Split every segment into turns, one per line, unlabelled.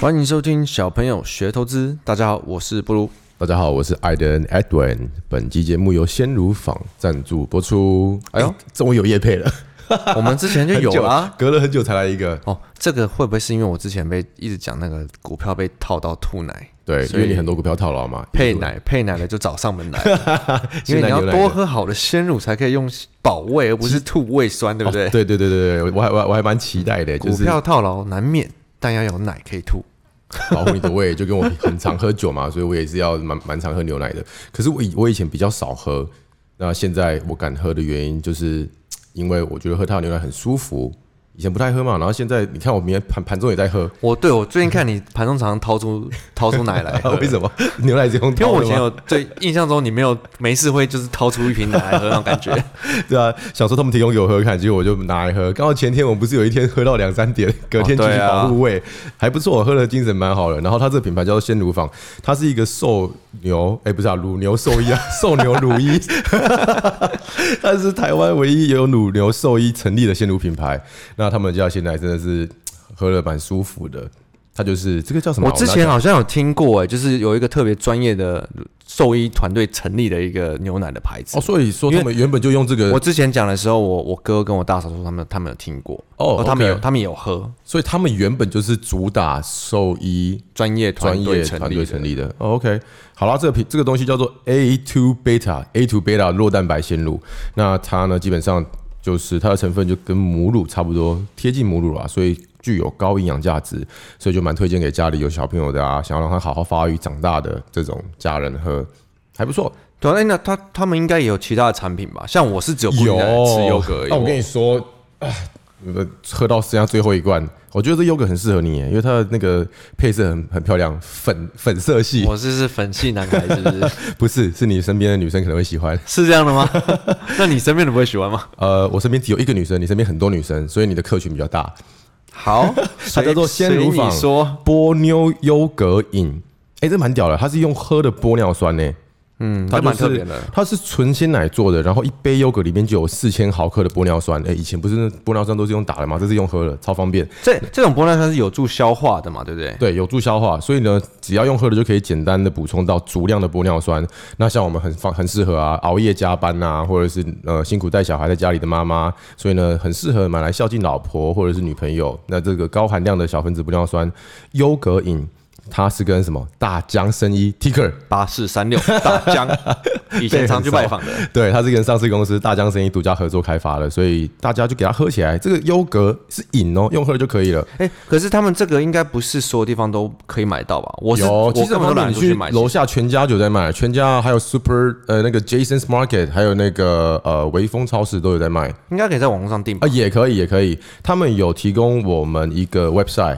欢迎收听小朋友学投资。大家好，我是布 鲁。
大家好，我是艾登 Edwin。本期节目由鲜乳坊赞助播出。
哎
哎
呦啊
呦，终于有夜配了，啊。
我们之前就有啦
隔了很久才来一个。
哦，这个会不会是因为我之前被一直讲那个股票被套到吐奶？
对，
所
因
以
为你很多股票套牢嘛，
配奶配奶了就找上 门来，因为
现在
你要
牛奶
多
的
喝好的鲜乳才可以用保胃，而不是吐胃酸，对不对？
哦对对对对对，我还我还我还蛮期待的，就
股
是
票套牢难免，但要有奶可以吐。
保护你的胃，就跟我很常喝酒嘛，所以我也是要蛮蛮常喝牛奶的。可是我以我以前比较少喝，那现在我敢喝的原因，就是因为我觉得喝它的牛奶很舒服。以前不太喝嘛，然后现在你看我明天盘盘中也 在喝，
我对我最近看你盘中常常掏出 掏出奶 来喝，
为什么牛奶只用
因为
挑
我以 前有对印象中你没有没事会就是掏出一瓶奶来喝那种感觉，
对啊，想说他们提供给我喝看，结果我就拿来喝。刚好前天我不是有一天喝到两三点，隔天
哦
继
对
续
啊
保护胃，还不错，喝了精神蛮好的。然后它这个品牌叫做鲜乳坊，它是一个瘦牛，哎、不是啊，乳牛兽医啊， 瘦牛乳医，它是台湾唯一有乳牛兽医成立的鲜乳品牌。那他们家现在真的是喝了蛮舒服的，它就是这个叫什么
我
啊？
之
拿
前
起来
好像有听过、哎，就是有一个特别专业的兽医团队成立的一个牛奶的牌子。
哦，所以说
因为
他们原本就用这个
我，之前讲的时候，我我哥跟我大嫂说他们他们有听过，
哦
他们有
OK
他们有喝，
所以他们原本就是主打兽医
专业
专
团队
业
成
团
立
队
的
成立的。哦 OK，好啦，这个品这个东西叫做 A two beta A two beta 弱蛋白鲜乳，那它呢基本上就是它的成分就跟母乳差不多，贴近母乳啦，所以具有高营养价值，所以就蛮推荐给家里有小朋友的啊，想要让他好好发育长大的这种家人喝，还不错。
对啊，哎那他他们应该也有其他的产品吧？像我是只有不
有
牛奶吃优格而已。
那我跟你说，呃，喝到剩下最后一罐，我觉得这优格很适合你耶，因为它的那个配色很很漂亮，粉粉色系。
我是是粉系男孩，是不 是？
不是，是你身边的女生可能会喜欢。
是这样的吗？ 那你身边的不会喜欢吗？
呃，我身边只有一个女生，你身边很多女生，所以你的客群比较 大。
好，
它叫做鲜乳坊
你说
波妞优格饮，哎、这蛮屌的，它是用喝的玻尿酸呢、
嗯，还
它就
蛮特
是
别的。
它是纯鲜奶做的，然后一杯优格里面就有四千毫克的玻尿酸。哎、以前不是那玻尿酸都是用打的吗？这是用喝的，超方便。
这这种玻尿酸是有助消化的嘛，对不对？
对，有助消化，所以呢，只要用喝的就可以简单的补充到足量的玻尿酸。那像我们很方很适合啊，熬夜加班啊，或者是呃辛苦带小孩在家里的妈妈，所以呢，很适合买来孝敬老婆或者是女朋友。那这个高含量的小分子玻尿酸优格饮，它是跟什么大江生医 Ticker
八四三 六大江，以前常去拜访的。
对，它是跟上市公司大江生意独家合作开发的，所以大家就给它喝起来。这个优格是饮哦，用喝就可以了。
哎、可是他们这个应该不是所有地方都可以买到吧？我是
有，
我
其实
根本都
方面
懒
你
得出去
去
买。
楼下全家就在卖，全家还有 Super 呃那个 Jason's Market，还有那个呃微风超市都有在卖
应该可以在网络上订吧
啊，？也可以也可以，他们有提供我们一个 website。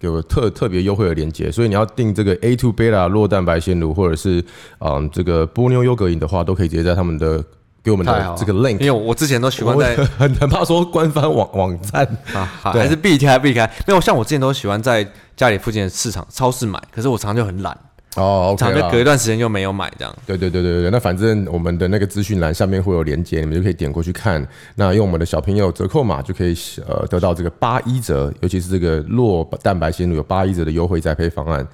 有特特别优惠的链接，所以你要订这个 A two beta 弱蛋白鲜乳，或者是嗯这个波妞优格饮的话，都可以直接在他们的给我们
太好
的
了
这个 link
因为我之前都习惯
我
在
很很怕说官方网 网站，
啊，好
对
还是避开避开。没有，像我之前都喜欢在家里附近的市场、超市买，可是我常常就很懒，
哦，OK
常常就
啦
隔一段时间就没有买这样。
对对对对对，那反正我们的那个资讯栏下面会有连接，你们就可以点过去看。那用我们的小朋友折扣码就可以呃得到这个八一折，尤其是这个弱蛋白鲜乳有八一折的优惠再配方案。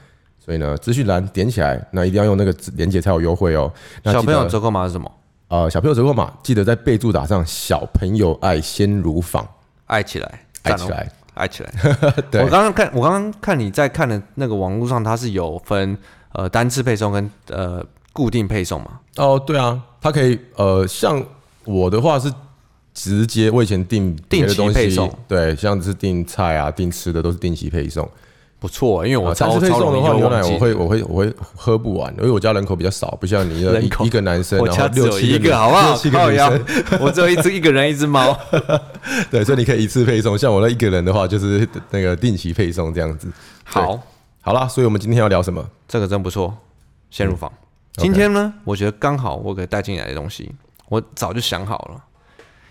所以呢，资讯栏点起来，那一定要用那个连接才有优惠哦。那记
小
得
朋友折扣码是什么？
呃小朋友折扣码，记得在备注打上“小朋友爱鲜乳坊
爱起来，”，
爱
赞哦
起，来。
爱 起来。
对
我刚刚看，我刚刚看你在看的那个网络上，它是有分呃单次配送跟呃固定配送嘛？
哦，对啊，它可以呃，像我的话是直接我以前订别的
定期
东西
配送，
对，像是订菜啊、订吃的都是定期配送。
不错，因为我
啊，餐
哦超
食配
超
送
容
的
易
话，
就
牛奶
忘记
我会我会我会喝不完，因为我家人口比较少，不像 你
人
一
口
一个男生，
我
然
家
后
只
六
有
七
一
个女
个，好不好
六？七个
靠
女
腰
生，
我只有一只一个人，一只猫。
对，所以你可以一次配送。像我那一个人的话，就是那个定期配送这样子。
好，
好啦，所以我们今天要聊什么？
这个真不错，先入
嗯
房。今天呢，我觉得刚好我给带进来的东西，我早就想好了，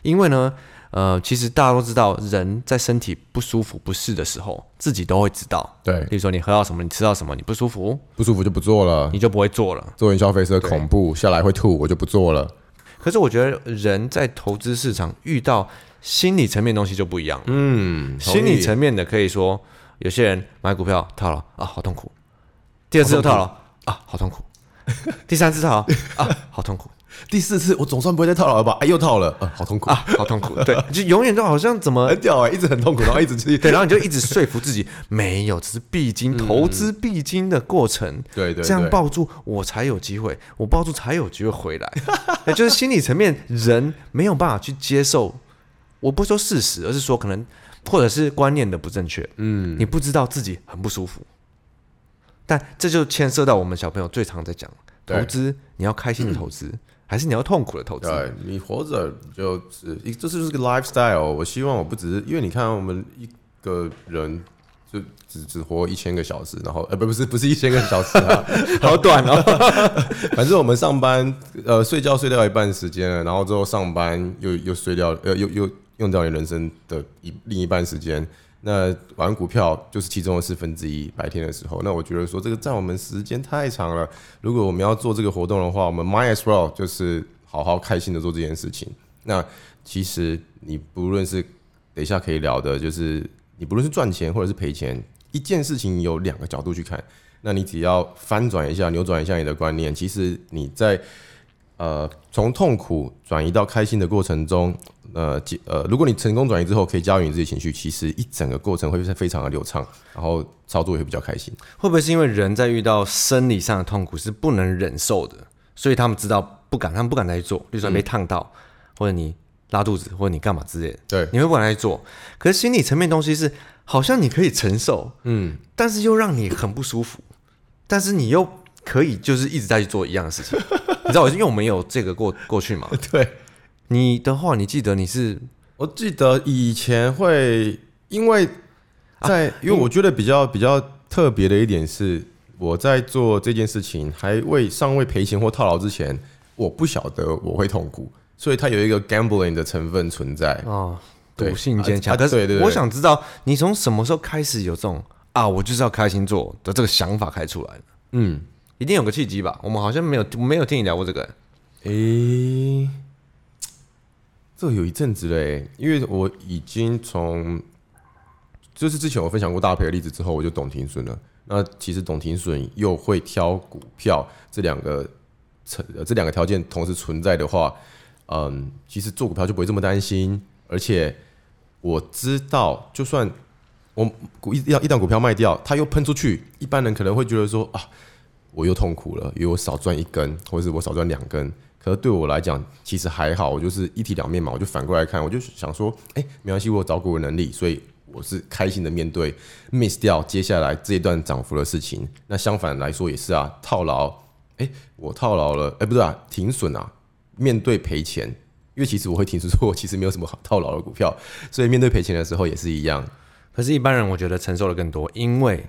因为呢，呃，其实大家都知道，人在身体不舒服、不适的时候，自己都会知道。
对，嗯
例如说，你喝到什么，你吃到什么，你不舒服，
不舒服就不做了
你，就不会做了。
做完消费者恐怖，下来会吐，我就不做了。
可是我觉得人在投资市场遇到心理层面的东西就不一样了。
嗯，
心理层面的可以说，有些人买股票套牢啊，好痛苦；第二次又套牢啊，好痛苦；第三次套牢啊，好痛苦
第四次我总算不会再套牢了吧？哎，又套了，啊，好痛苦，
啊，好痛苦。对，就永远都好像怎么
很屌哎、一直很痛苦，然后一直去，
对，然后你就一直说服自己没有，只是必经投资必经的过程。
嗯对对，
这样
对
抱住我才有机会，我抱住才有机会回来。 也就是心理层面，人没有办法去接受，我不是说事实，而是说可能或者是观念的不正确。嗯，你不知道自己很不舒服，但这就牵涉到我们小朋友最常在讲
对嗯
投资，你要开心的投资，还是你要痛苦的投资？
对你活着就是一，这就是个 lifestyle。我希望我不只是，因为你看我们一个人就只只活一千个小时，然后呃不不是不是一千个小时啊，
好短哦。
反正我们上班呃睡觉睡掉一半时间了，然后之后上班又又睡掉呃又又用掉你人生的一另一半时间。那玩股票就是其中的四分之一，白天的时候。那我觉得说这个占我们时间太长了。如果我们要做这个活动的话，我们 might as well 就是好好开心的做这件事情。那其实你不论是等一下可以聊的，就是你不论是赚钱或者是赔钱，一件事情有两个角度去看。那你只要翻转一下、扭转一下你的观念，其实你在呃从痛苦转移到开心的过程中，呃解呃，如果你成功转移之后，可以驾驭你自己情绪，其实一整个过程会非常的流畅，然后操作也会比较开心。
会不会是因为人在遇到生理上的痛苦是不能忍受的，所以他们知道不敢，他们不敢再去做，比如说被烫到，或者你拉肚子，或者你干嘛之类的，
对
你会不敢再去做。可是心理层面的东西是，好像你可以承受，嗯，但是又让你很不舒服，但是你又可以就是一直在去做一样的事情，你知道我因为我们有这个过过去嘛。
对，
你的话，你记得你是
我记得以前会，因为在，啊因为我觉得比较比较特别的一点是，我在做这件事情还未尚未赔钱或套牢之前，我不晓得我会痛苦，所以它有一个 gambling 的成分存在。
哦，
对
赌性坚强。
啊
可是
对对对
我想知道，你从什么时候开始有这种啊，我就是要开心做的这个想法开出来的？
嗯，
一定有个契机吧？我们好像没有没有听你聊过这个。
诶、这有一阵子嘞，因为我已经从，就是之前我分享过大赔的例子之后，我就懂停损了。那其实懂停损又会挑股票这两个成呃这两个条件同时存在的话，嗯，其实做股票就不会这么担心，而且我知道，就算我股一一档一档股票卖掉，它又喷出去，一般人可能会觉得说啊，我又痛苦了，因为我少赚一根，或者是我少赚两根。可是对我来讲，其实还好，我就是一体两面嘛，我就反过来看，我就想说，哎、没关系，我有找股的能力，所以我是开心的面对 miss 掉接下来这一段涨幅的事情。那相反来说也是啊，套牢，哎、我套牢了，哎、不对啊，停损啊，面对赔钱，因为其实我会停损，说我其实没有什么好套牢的股票，所以面对赔钱的时候也是一样。
可是，一般人我觉得承受的更多，因为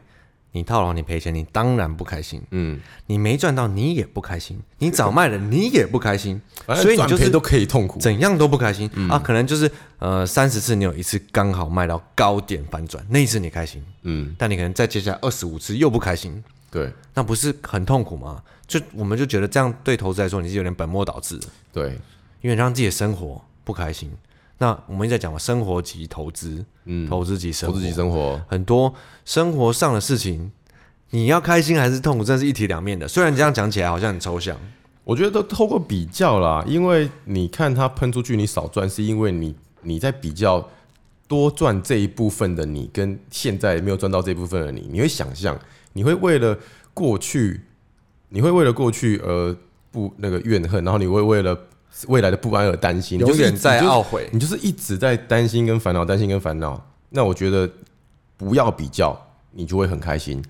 你套牢，你赔钱，你当然不开心；
嗯，
你没赚到，你也不开心；你早卖了，你也不开心。
反
所
正
以你
赚
就
赔
是
都嗯可以痛苦。
怎样都不开心、啊，可能就是呃三十次你有一次刚好卖到高点反转，那一次你开心，
嗯，
但你可能再接下来二十五次又不开心，
对
那不是很痛苦吗？就我们就觉得这样对投资来说你是有点本末倒置的，
对，
因为让自己的生活不开心。那我们一直在讲嘛，生活及投资，
嗯，
投资及生
投
活，
资及生活，
很多生活上的事情，你要开心还是痛苦，真的是一体两面的。虽然你这样讲起来好像很抽象，
我觉得都透过比较啦，因为你看它喷出去，你少赚，是因为你你在比较多赚这一部分的你，跟现在没有赚到这部分的你，你会想象，你会为了过去，你会为了过去而不那个怨恨，然后你会为了未来的不安而担心，
永远在
你就是
懊悔。
你就是一直在担心跟烦恼，担心跟烦恼。那我觉得不要比较，你就会很开心。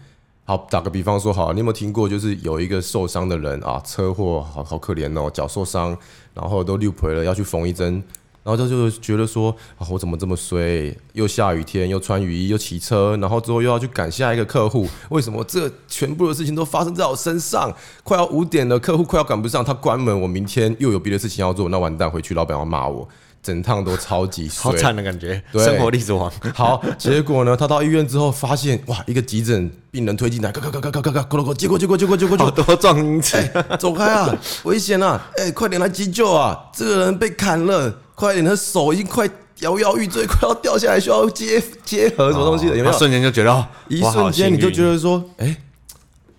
好，打个比方说，好，你有没有听过，就是有一个受伤的人啊，车祸，好好可怜哦，脚受伤，然后都六赔了，要去缝一针，然后他就觉得说，啊，我怎么这么衰？又下雨天，又穿雨衣，又骑车，然后之后又要去赶下一个客户，为什么这全部的事情都发生在我身上？快要五点了，客户快要赶不上，他关门，我明天又有别的事情要做，那完蛋，回去老板要骂我，整趟都超级 衰，
好惨的感觉，
对
生活例子王。
好，结果呢，他到医院之后发现，哇，一个急诊病人推进来，咔咔咔咔咔咔咔，咕噜咕，结果结果结果结果 结
好
果，
多撞因 子，
走开啊，危险啊，哎、快点来急救啊，这个人被砍了，快点，他手已经快摇摇欲坠，快要掉下来，需要结结合什么东西的，有没
哦他
有？
瞬间就觉得，哦
一
我好
瞬间
幸
你就
运
觉得说，哎、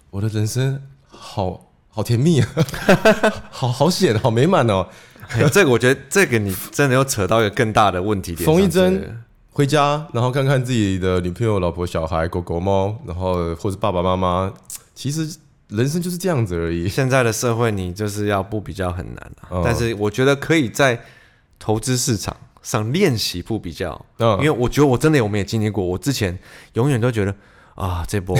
我的人生好好甜蜜啊， 好好险，好美满哦。
嘿 这个我觉得这个你真的又扯到一个更大的问题点上
缝
去了。
一针回家，然后看看自己的女朋友、老婆、小孩、狗狗、猫，然后或是爸爸妈妈，其实人生就是这样子而已。
现在的社会，你就是要不比较很难、啊
嗯
但是我觉得可以在投资市场上练习不比较，
嗯
因为我觉得我真的我们也经历过，我之前永远都觉得啊，这 波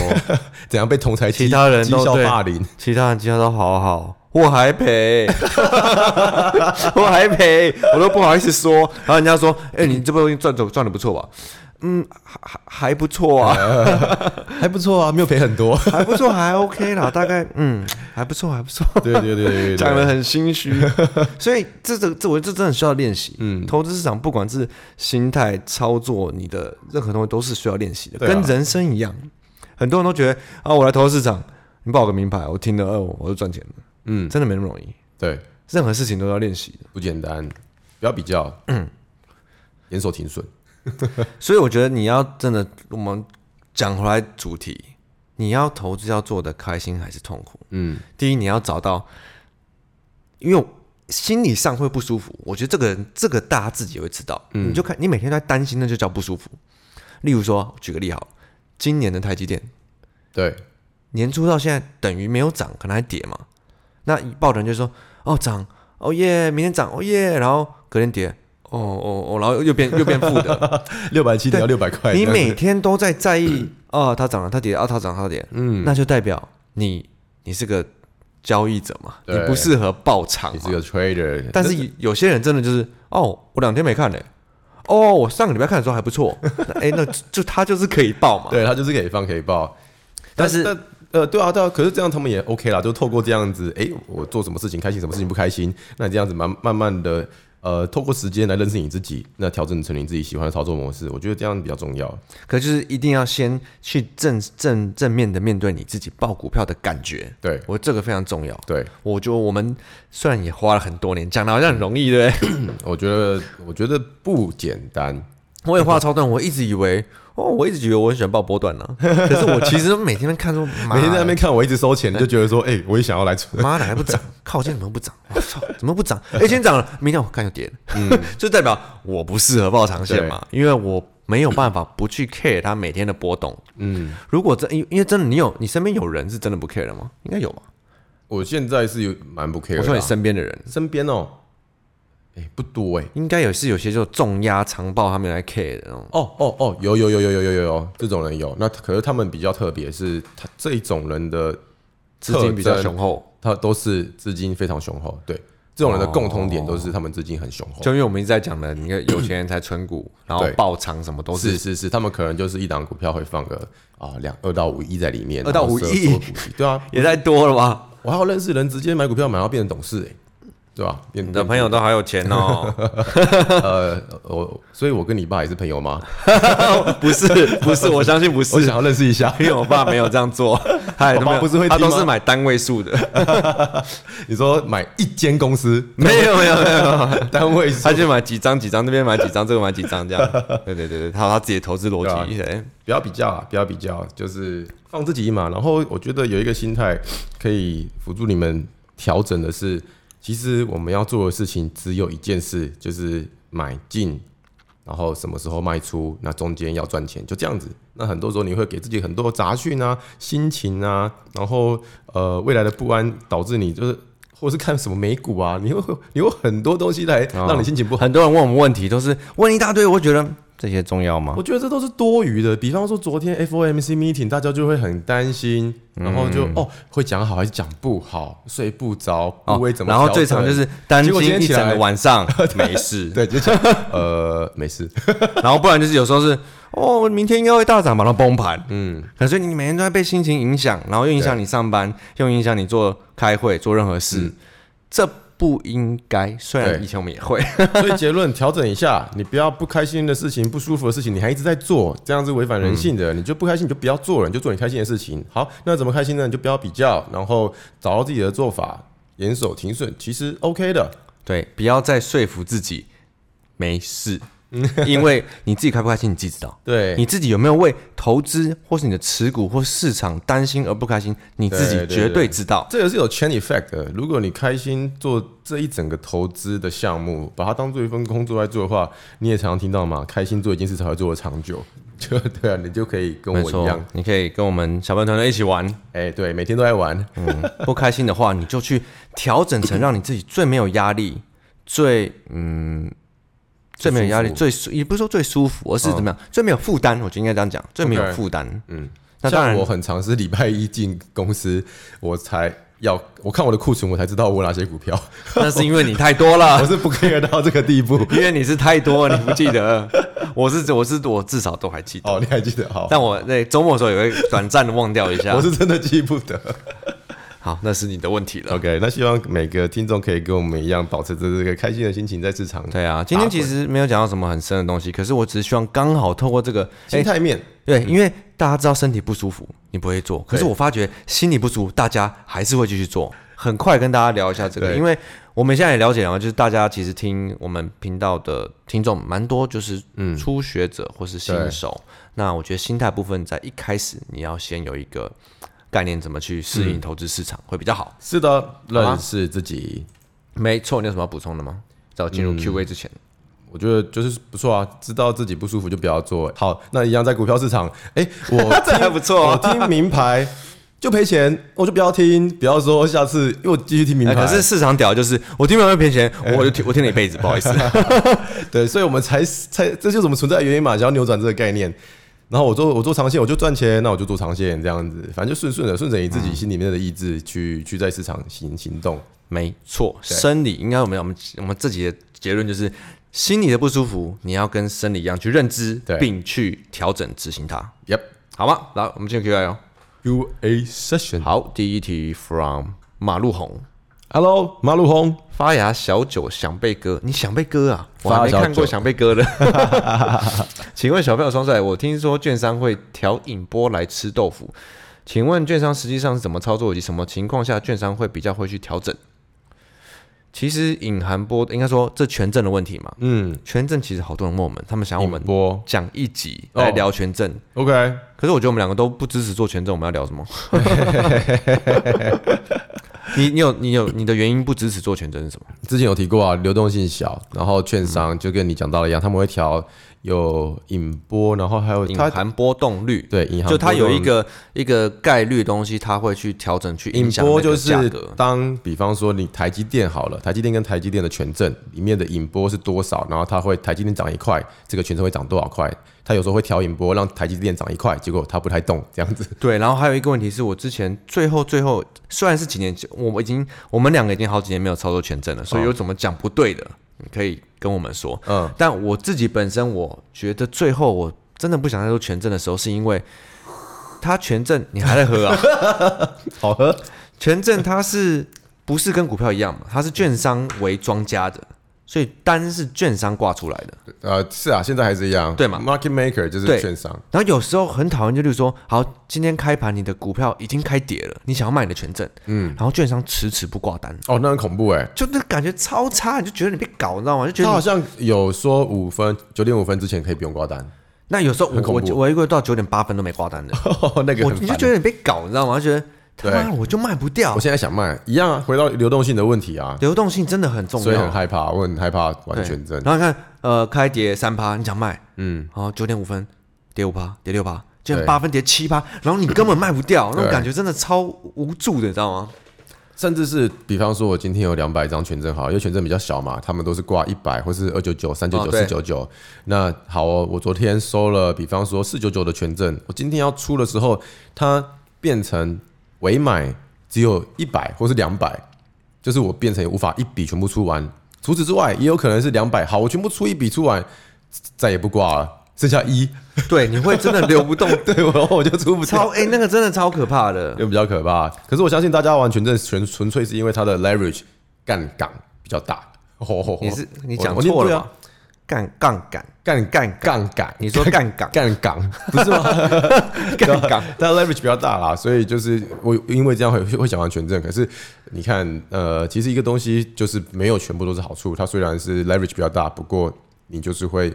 怎样被同才
其他人
讥
都
笑
对
霸凌？
其他人其他都好好，我还 赔，我还赔，我都不好意思说。然后人家说，哎、你这波赚走赚的不错吧？嗯，还还还不错啊，
还不错啊，没有赔很多。
还不错，还 OK 啦，大概嗯，还不错，还不错。
对对对对对，对
讲的很心 虚，所以这这这我这真的需要练习。嗯，投资市场不管是心态操作，你的任何东西都是需要练习的，
对啊
跟人生一样。很多人都觉得啊，我来投资市场，你报个名牌，我听了哦，我就赚钱了。
嗯，
真的没那么容易，
对，
任何事情都要练习的。
不简单，不要比较，嗯，严守停损，
所以我觉得你要真的，我们讲回来主题，你要投资要做的开心还是痛苦？
嗯，
第一，你要找到，因为心理上会不舒服。我觉得这个这个大家自己也会知道，你就看你每天都在担心，那就叫不舒服。例如说，举个例好了，今年的台积电
对，
年初到现在等于没有涨，可能还跌嘛。那报的人就说：“哦涨，哦耶，明天涨，哦耶。”然后隔天跌，哦哦哦，然后又变又变负的，
六百七
对
到六百块，
你
这样
每天都在在 意哦，它涨了，它跌，哦，它涨，它跌，嗯，那就代表你你是个交易者嘛，你
对
不适合爆场
你
嘛
是。个 trader，
但是有些人真的就是哦，我两天没看嘞、哦，我上个礼拜看的时候还不错， 那哎、那就就他就是可以爆嘛。
对他就是可以放可以报，
但是
但呃，对啊，对啊，可是这样他们也 OK 啦，就透过这样子，哎、我做什么事情开心，什么事情不开心，那你这样子慢慢慢的，呃，透过时间来认识你自己，那调整成你自己喜欢的操作模式，我觉得这样比较重要。
可就是一定要先去正正正面的面对你自己爆股票的感觉，
对
我这个非常重要。
对，
我觉得我们虽然也花了很多年，讲的好像很容易，对不对？
我觉得我觉得不简单，
我也画超短，我一直以为哦，我一直以为我很喜欢报波段呢、可是我其实每天在看说，
每天在那
那
边看我一直收钱，就觉得说，哎、我也想要来存。
妈的还不涨，靠，我今天怎么不涨？我操，怎么不涨？哎、今天涨了，明天我看就跌了，
嗯
就代表我不适合报长线嘛，因为我没有办法不去 care 它每天的波动。嗯，如果真因因为真的你有你身边有人是真的不 care 的吗？应该有吧？
我现在是有蛮不 care，
我说
的
你
啊
身边的人
身边哦，哎、不多哎、
应该也是有些就重压长报他们来 care 的那种。
哦哦哦，有有有有有有有有这种人有，那可是他们比较特别，是他这一种人的
资金比较
特征
雄，厚，
他都是资金非常雄厚。对，这种人的共同点都是他们资金很雄厚。
就因为我们一直在讲的，你看有钱人才存股，然后
对
爆仓什么都是
是是是，他们可能就是一档股票会放个啊两二到五亿在里面，
2到
然后
5
设
亿
做股息对啊，
也太多了吧？
我还有认识人直接买股票买到变成董事哎、对吧、变
你的朋友都好有钱哦，
呃，我所以，我跟你爸也是朋友吗？
不是不是，我相信不
我
是，
想要认识一下。
因为我爸没有这样做，他也都没
我
有
爸不是会
他
听
都
吗
是买单位数的，
你说买一间公司
没有没有没有，
单位数
他就买几张几张，那边买几张，这个买几张这样，对对对对，他有他自己的投资逻辑，对
不要比较啊，不要比较，就是放自己一马。然后我觉得有一个心态可以辅助你们调整的是，其实我们要做的事情只有一件事，就是买进，然后什么时候卖出，那中间要赚钱，就这样子。那很多时候你会给自己很多杂讯啊、心情啊，然后呃未来的不安导致你就是。或是看什么美股啊，你会你有很多东西来让你心情不好。
很多人问我们问题都是问一大堆，我觉得这些重要吗
我？觉得这都是多余的。比方说昨天 FOMC meeting，大家就会很担心，
嗯
然后就、哦会讲好还是讲不好，睡不着，部位怎么
哦然
调整、
后最常就是担
结果今
心
天
一
起
整个
来
晚上没事，
对，就讲呃没事，
然后不然就是有时候是哦，明天应该会大涨，马上崩盘。嗯，可是你每天都在被心情影响，然后又影响你上班，又影响你做开会、做任何事，这不应该。虽然
嗯对
以前我们也会，
所以结论调整一下，你不要不开心的事情、不舒服的事情，你还一直在做，这样是违反人性
嗯
的。你就不开心，你就不要做了，你就做你开心的事情。好，那怎么开心呢？你就不要比较，然后找到自己的做法，严守停损，其实 OK 的。
对，不要再说服自己没事。因为你自己开不开心你自己知道，
对，
你自己有没有为投资或是你的持股或市场担心而不开心，你自己
对对
绝
对
对知道。
这个是有 chain effect 的。如果你开心做这一整个投资的项目，把它当做一份工作来做的话，你也常常听到嘛，开心做一件事才会做得长久。 就对啊，你就可以跟
没
我一
错
样，，
你可以跟我们小班团队一起玩。
哎、对，每天都在玩，
不开心的话，你就去调整成让你自己最没有压力、最嗯最没有压力、
最嗯
最舒也不是说最舒服，而是怎么样、最没有负担。我觉得应该这样讲，最没有
OK
负担。嗯，那
像
当然
我很尝试礼拜一进公司，我才要我看我的库存，我才知道我有哪些股票，
那是因为你太多
我
了，
是不 care 到这个地步。
因为你是太多了，你不记得。我是我是我至少都还记得，
哦，你还记得？好，
但我在周末的时候也会短暂的忘掉一下
我。是真的记不得。
好，那是你的问题了。
OK，那希望每个听众可以跟我们一样，保持着这个开心的心情在市场。
对啊，今天其实没有讲到什么很深的东西，可是我只是希望刚好透过这个，哎、
心态面，
对，因为大家知道身体不舒服，你不会做，可是我发觉心里不舒服，大家还是会继续做。很快跟大家聊一下这个，
对
因为我们现在也了解了，就是大家其实听我们频道的听众蛮多，就是初学者或是新手。那我觉得心态部分在一开始你要先有一个概念，怎么去适应投资市场、会比较好。
是的，
吧
认识自己，
没错，你有什么要补充的吗？在我进入 Q&A 之前，
我觉得就是不错啊。知道自己不舒服就不要做。欸好，那一样在股票市场，哎、 我
这还不错
我
啊
听名牌就赔钱，我就不要听，不要说下次因为我继续听名牌。
哎可是市场屌就是我听完会赔钱，我就听我听了一辈子，不好意思。
对，所以我们才才这就是我们存在的原因嘛，想要扭转这个概念。然后我做我做长线，我就赚钱，那我就做长线这样子，反正就顺顺的，顺着你自己心里面的意志去、去在市场行行动。
没错，生理应该我们我们我们自己的结论就是，心理的不舒服，你要跟生理一样去认知
对，
并去调整执行它，
Yep,
好吗？来，我们进入 Q&A 哦。
U A session.
好，第一题 from 马路红，
Hello，马路红，
发芽小酒想被割，你想被割啊？我
发芽
还没
小
看过
酒
想被割的。 请问小朋友双帅，我听说券商会调引波来吃豆腐，请问券商实际上是怎么操作，以及什么情况下券商会比较会去调整？其实隐含波应该说这权证的问题嘛，
嗯，
权证其实好多人问我们，他们想要我们
播
讲一集
哦
来聊权证，
OK，
可是我觉得我们两个都不支持做权证，我们要聊 什么？ 你你有你有你的原因不支持做权证是什么？
之前有提过啊，流动性小，然后券商就跟你讲到的一样，他们会调有引波，然后还有
隐
它
含波动率，
对银行
就它有一
波动
个一个概率的东西，它会去调整去影
引
响
波
那个
就是
价格。
当比方说你台积电好了，台积电跟台积电的权证里面的引波是多少，然后它会台积电涨一块，这个权证会涨多少块，它有时候会调引波让台积电涨一块，结果它不太动 这样子。
对，然后还有一个问题是我之前最后最后虽然是几年前，我已经我们两个已经好几年没有操作权证了，所以有怎么讲不对的，你可以跟我们说。
嗯，
但我自己本身，我觉得最后我真的不想再做权证的时候，是因为它权证你还在喝 啊？
好喝，
权证它是不是跟股票一样嘛？它是券商为庄家的，所以单是券商挂出来的。
呃，是啊，现在还是一样，
对嘛
？Market maker 就是
对
券商，
然后有时候很讨厌，就例如说，好，今天开盘你的股票已经开跌了，你想要卖你的权证，嗯，然后券商迟迟不挂单，
哦，那很恐怖哎、
就那感觉超差，你就觉得你被搞，你知道吗？就觉
他
得
好
你
像有说五分九点五分之前可以不用挂单，
那有时候我
很恐
我
怖
我一个月到九点八分都没挂 单的，
那个
我
很
你就
烦
觉得你被搞，你知道吗？就觉得他
对
妈我就卖不掉
我，现在想卖一样啊，回到流动性的问题啊，
流动性真的很重
所以很
要。
害怕，我很害怕完
对
全真。
然后你看，呃，开跌三趴，你想卖，嗯，好，九点五分跌五趴，跌六趴，九点八分跌七趴，然后你根本卖不掉，那种
对
感觉真的超无助的，你知道吗？
甚至是比方说，我今天有两百张权证，好了，因为权证比较小嘛，他们都是挂一百或是二九九、三九
哦
九、
对
四九九。那好哦，我昨天收了，比方说四九九的权证，我今天要出的时候，它变成尾买只有一百或是两百，就是我变成无法一笔全部出完。除此之外，也有可能是两百，好，我全部出一笔出完，再也不挂了，剩下一，
对，你会真的流不动
对，然后我就出不
超
掉。
哎、那个真的超可怕的。
又比较可怕。可是我相信大家玩权证纯纯粹是因为它的 leverage 杠杆比较大。哦
你是你
我
讲
我念
错
对
了
啊
吧？杠杠杆，
杠
杠
杠杆，
你说杠 杆
杠杆不 是吗？啊
杠杆，
它的 leverage 比较大啦，所以就是我因为这样会会想玩权证。可是你看，呃，其实一个东西就是没有全部都是好处，它虽然是 leverage 比较大，不过。你就是会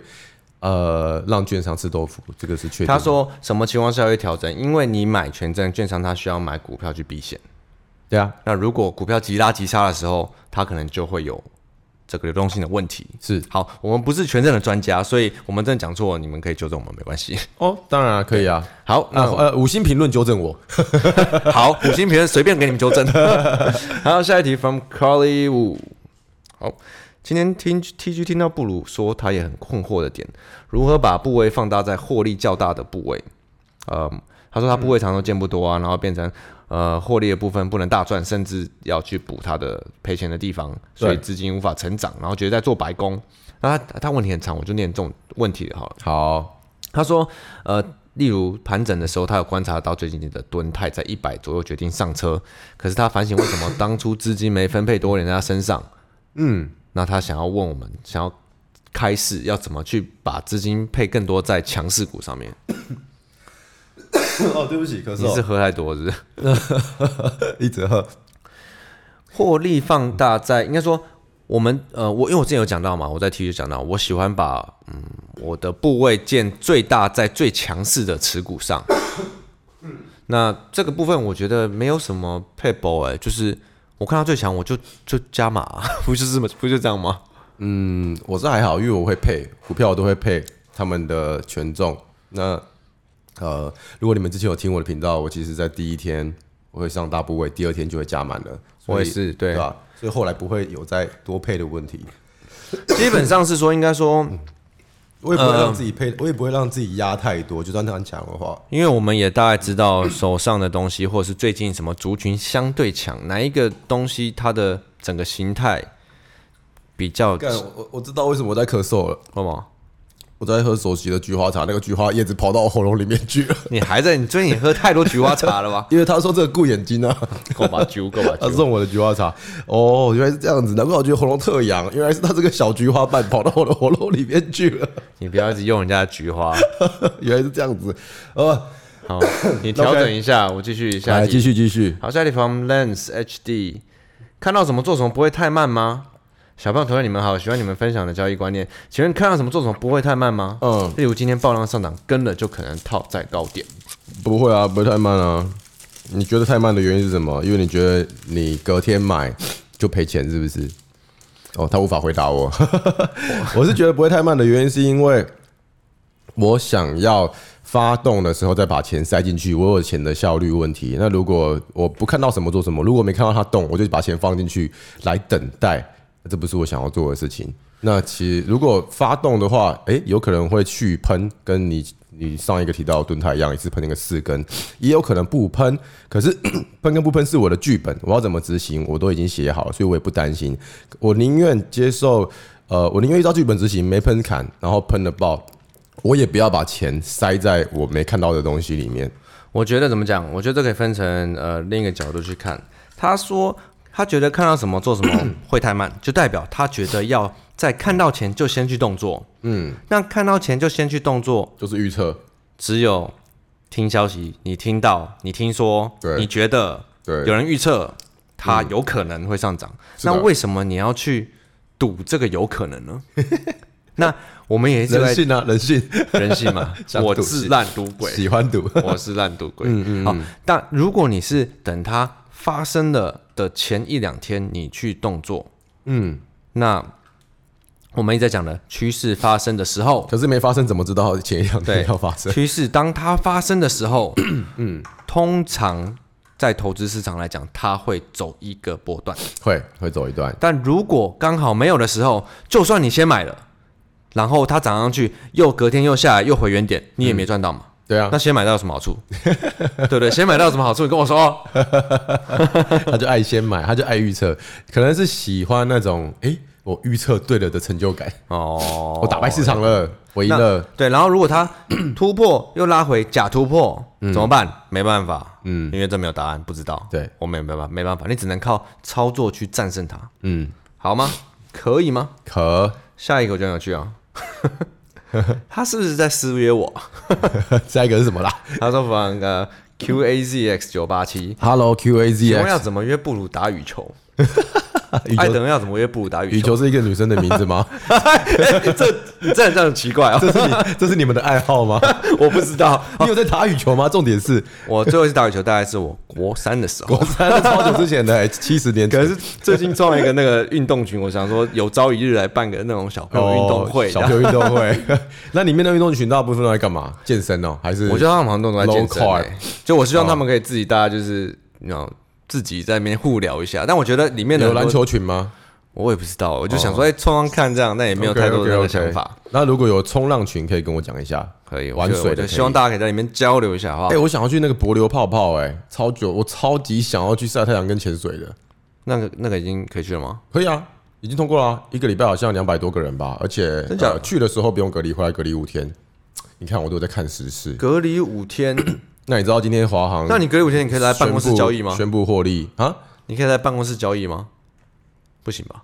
呃让券商吃豆腐，这个是确定的。
他说什么情况下会调整？因为你买权证，券商他需要买股票去避险。
对啊，
那如果股票急拉急杀的时候，它可能就会有这个流动性的问题。
是
好，我们不是权证的专家，所以我们真的讲错，了，你们可以纠正我们，没关系。
哦，当然啊可以啊。
好，
那
那
呃，五星评论纠正我，
好，五星评论随便给你们纠正。好，下一题 from Carly Wu。好，今天听 TG 听到布鲁说他也很困惑的点，如何把部位放大在获利较大的部位？呃，他说他部位常常都见不多啊，然后变成呃获利的部分不能大赚，甚至要去补他的赔钱的地方，所以
对
资金无法成长，然后觉得在做白工。那他他问题很长，我就念这种问题好了。
好，
他说，呃，例如盘整的时候，他有观察到最近的吨泰在一百左右决定上车，可是他反省为什么当初资金没分配多一点在他身上。嗯，那他想要问我们，想要开始要怎么去把资金配更多在强势股上面？
哦，对不起，咳
你是，喝太多是不是？
一直喝，
获利放大在应该说我们呃，我因为我之前有讲到嘛，我在 T 就讲到，我喜欢把嗯我的部位建最大在最强势的持股上。嗯那这个部分我觉得没有什么 p a b l 哎，就是我看到最强我就就加码啊、 不就是这么不就这样吗？
嗯，我是还好，因为我会配股票，我都会配他们的权重。那呃，如果你们之前有听我的频道，我其实在第一天我会上大部位，第二天就会加满了。所
我
以
也是对
对吧？所以后来不会有再多配的问题，
基本上是说，应该说，
我也不
呃
会让自己配，我也不会让自己压太多。就算他很强的话，
因为我们也大概知道手上的东西，或者是最近什么族群相对强，哪一个东西它的整个形态比较
干我我我知道为什么我在咳嗽了，
什么？
我在喝首席的菊花茶，那个菊花叶子跑到我喉咙里面去了， ？
你还在？你最近也喝太多菊花茶了吧
因为他说这个顾眼睛啊。
够吧，酒，够吧
他送我的菊花茶，哦，原来是这样子，难怪我觉得喉咙特痒，原来是他这个小菊花瓣跑到我的喉咙里面去了，
你不要一直用人家的菊 花。
原来是这样子，呃，
好，你调整一下，我继续下
来
一
继
题。
续继续，
好，下一题 from Lens HD，看到什么做什么不会太慢吗？小胖同学你们好，喜欢你们分享的交易观念，请问看到什么做什么不会太慢吗？
嗯，
例如今天爆量上涨，跟了就可能套在高点。
不会啊，不会太慢啊，你觉得太慢的原因是什么？因为你觉得你隔天买就赔钱，是不是？哦，他无法回答我， 我是觉得不会太慢的原因是因为我想要发动的时候再把钱塞进去，我有钱的效率问题。那如果我不看到什么做什么，如果没看到它动，我就把钱放进去来等待，这不是我想要做的事情。那其实如果发动的话，诶、有可能会去喷，跟你你上一个提到的蹲台一样，一次喷那个四根，也有可能不喷。可是 喷跟不喷是我的剧本，我要怎么执行我都已经写好了，所以我也不担心。我宁愿接受，呃，我宁愿依照剧本执行，没喷砍，然后喷了爆，我也不要把钱塞在我没看到的东西里面。
我觉得怎么讲？我觉得这可以分成呃另一个角度去看。他说他觉得看到什么做什 么会太慢，就代表他觉得要在看到前就先去动作。嗯，那看到前就先去动作，
就是预测，
只有听消息，你听到，你听说，
对
你觉得有
对，嗯
人预测它有可能会上涨，
是的
那为什么你要去赌这个有可能 呢？那我们也一直
人
在
性啊，人性，
人性嘛
想，赌
我
气
自烂赌鬼，
喜欢赌。
我是烂赌鬼。嗯嗯好，但如果你是等它发生了的前一两天你去动作，
嗯，
那我们一直在讲的趋势发生的时候，
可是没发生，怎么知道前一两天
对
要发 生？
趋势当它发生的时候， 嗯，通常在投资市场来讲，它会走一个波段。
会会走一段，
但如果刚好没有的时候，就算你先买了，然后它涨上去，又隔天又下来，又回原点，你也没赚到嘛。
对啊
那，先买到有什么好处？对不对？先买到有什么好处？你跟我说、哦。
他就爱先买，他就爱预测，可能是喜欢那种，诶，我预测对了的成就感，
哦，
我打败市场了，我赢了，
对，然后如果它 突破又拉回假突破，怎么办？没办法，嗯，因为这没有答案，不知道。
嗯对，
我们也没办法，没办法，你只能靠操作去战胜它，
嗯，
好吗？可以吗？
可
下一个我就很有趣啊，他是不是在私约我？
下一个是什么啦
他说反呃 QAZX 九八七，
？Hello
请问
QAZX，
要怎么约布鲁打羽球？
羽
艾
球
德要怎么约布鲁打羽
羽
球？
球是一个女生的名字吗？
这这这很奇怪哦，
这是你这是你们的爱好 吗？
我不知道。
你有在打羽球吗？重点是
我最后一次打羽球大概是我国三的时候，
国三是超久之前的，哎七十年前
可是 最近创了一个那个运动群，我想说有朝一日来办个那种小朋友运动会。
哦小朋友运动会。 那里面的运动群大部分都在干嘛？健身哦，还是
我觉得他们好像都在健身、
Low
欸，就我希望他们可以自己大家就是，你知道自己在那边互聊一下。但我觉得里面的
有
很多
篮，球群吗？
我也不知道，我就想说，哎、冲冲看这样，但也没有太多的那个想法。。
那如果有冲浪群，可以跟我讲一下。
可以我
玩
觉得
水
我
的
就
可以
希望大家可以在里面交流一下，好不好？
哎，我想要去那个柏流泡泡，哎，超久，我超级想要去晒太阳跟潜水的。
那个那个已经可以去了吗？
可以啊，已经通过了啊、一个礼拜好像两百多个人吧，而且
真假的
呃去的时候不用隔离，回来隔离五天。你看我都有在看时事。
隔离五天，
那你知道今天华航？
那你隔离五天，你可以来办公室交易吗？
宣布获利啊？
你可以在办公室交易吗？不行吧？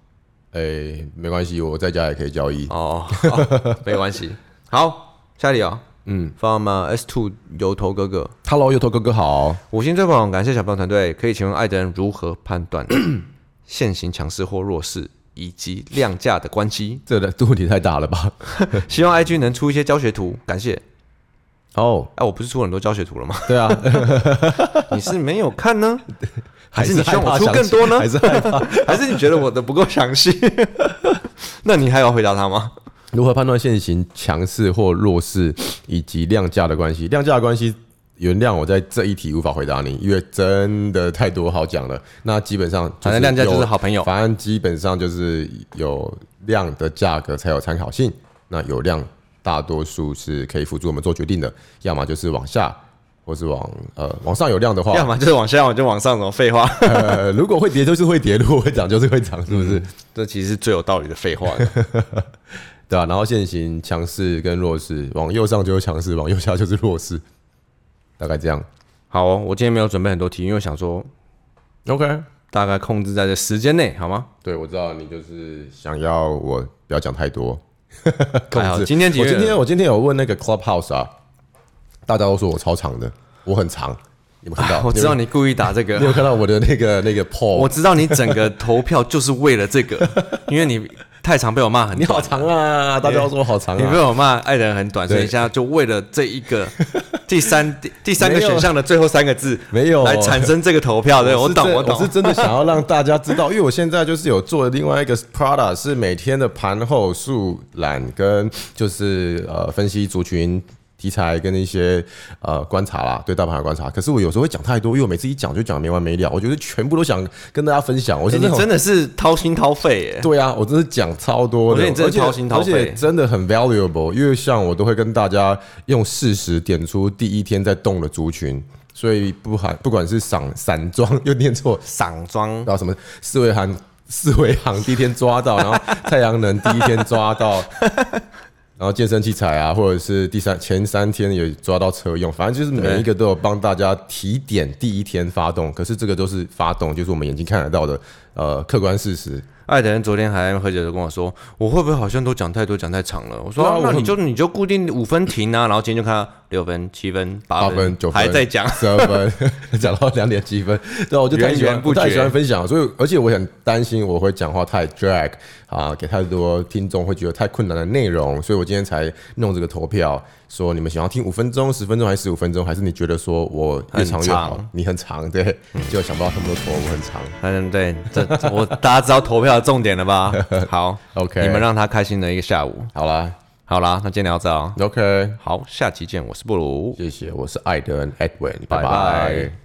哎、没关系，我在家也可以交易。
哦，好没关系。好，下一题啊，嗯，放嘛 S Two 油头哥哥，
Hello，油头哥哥好。
五星推广，感谢小朋友团队。可以请问艾德人如何判 断现行强势或弱势，以及量价的关系？
这个问题太大了吧？
希望 IG 能出一些教学图，感谢。
哦，
哎、我不是出很多教学图了 吗？
对啊，
你是没有看 呢，还
还
是
是
你希
害
望我
怕
出
想
更
起
多呢
还是害怕？
还是你觉得我的不够详细？ 那你还要回答他吗？
如何判断现行强势或弱势，以及量价的关系？量价的关系，原谅我在这一题无法回答你，因为真的太多好讲了。那基本上，
反正量价就是好朋友
反正基本上就是有量的价格才有参考性。那有量，大多数是可以辅助我们做决定的，要么就是往下，或是往呃往上有量的话，
要么就是往下，我就往上，什么废话？
呃， 如果会跌就是会跌，如果会涨就是会涨，是不是？
这其实是最有道理的废 话。
对啊，然后现行强势跟弱势，往右上就是强势，往右下就是弱势，大概这样。
好、哦，我今天没有准备很多题，因为我想说
OK，
大概控制在这时间内，好吗？
对，我知道你就是想要我不要讲太 多。控
还好
制
今天几
我
月
今天我今天有问那个 Clubhouse 啊，大家都说我超长的，我很长，你们看到？
我知道
你
你故意打这
有没有，你
个，
有看到我的那个那个 poll？
我知道你整个投票就是为了这个， 因为你太常被我骂很
你好
短，
长啊，大家都说我好长
你
啊
被。我骂爱人很短，所以
对
你现在就为了这一 个第三第第三个
没有
选项的最后三个字
没有
来产生这个投票，对我
是
懂
真
我
是
懂，
真的想要让大家知道，因为我现在就是有做另外一个 product，是每天的盘后速览跟就是呃分析族群。题材跟一些呃观察啦，对大盘的观察。可是我有时候会讲太多，因为我每次一讲就讲没完没了，我觉得全部都想跟大家分享。
欸
我是
你
那种
真的是掏心掏肺耶。
对啊，我真是讲超多
我
的，
觉得你真的
而且
掏心掏肺
而且真的很 valuable。因为像我都会跟大家用事实点出第一天在动的族群，所以不含不管是散散装又念错，
赏妆
然后什么四维行四维行第一天抓到，然后太阳能第一天抓到，然后健身器材啊，或者是第三前三天也抓到车用，反正就是每一个都有帮大家提点第一天发动。可是这个都是发动，就是我们眼睛看得到的呃客观事实。
爱的人昨天还喝酒的跟我说，我会不会好像都讲太多讲太长了？我说、
对啊
啊
我
那你
很
就你就固定五分停啊，然后今天就看到六分、七分、八
八分、九分，
还在讲，
十二分， 讲到两点七分，对啊，我就太喜
源
欢
源，不
我太
绝
喜欢分享，所以而且我很担心我会讲话太 drag 啊，给太多听众会觉得太困难的内容，所以我今天才弄这个投票，说你们想要听五分钟、十分钟还是十五分钟，还是你觉得说我越长越
很
好
长？
你很长，对，就想不到他们都说我很长。
嗯，对，这这我大家知道投票的重点了吧？好
OK
你们让他开心的一个下午。
好啦
好啦，那今天聊到这哦。
，OK，
好，下期见，我是布鲁。
谢谢，我是艾德恩 Edwin，
拜
拜
拜
拜。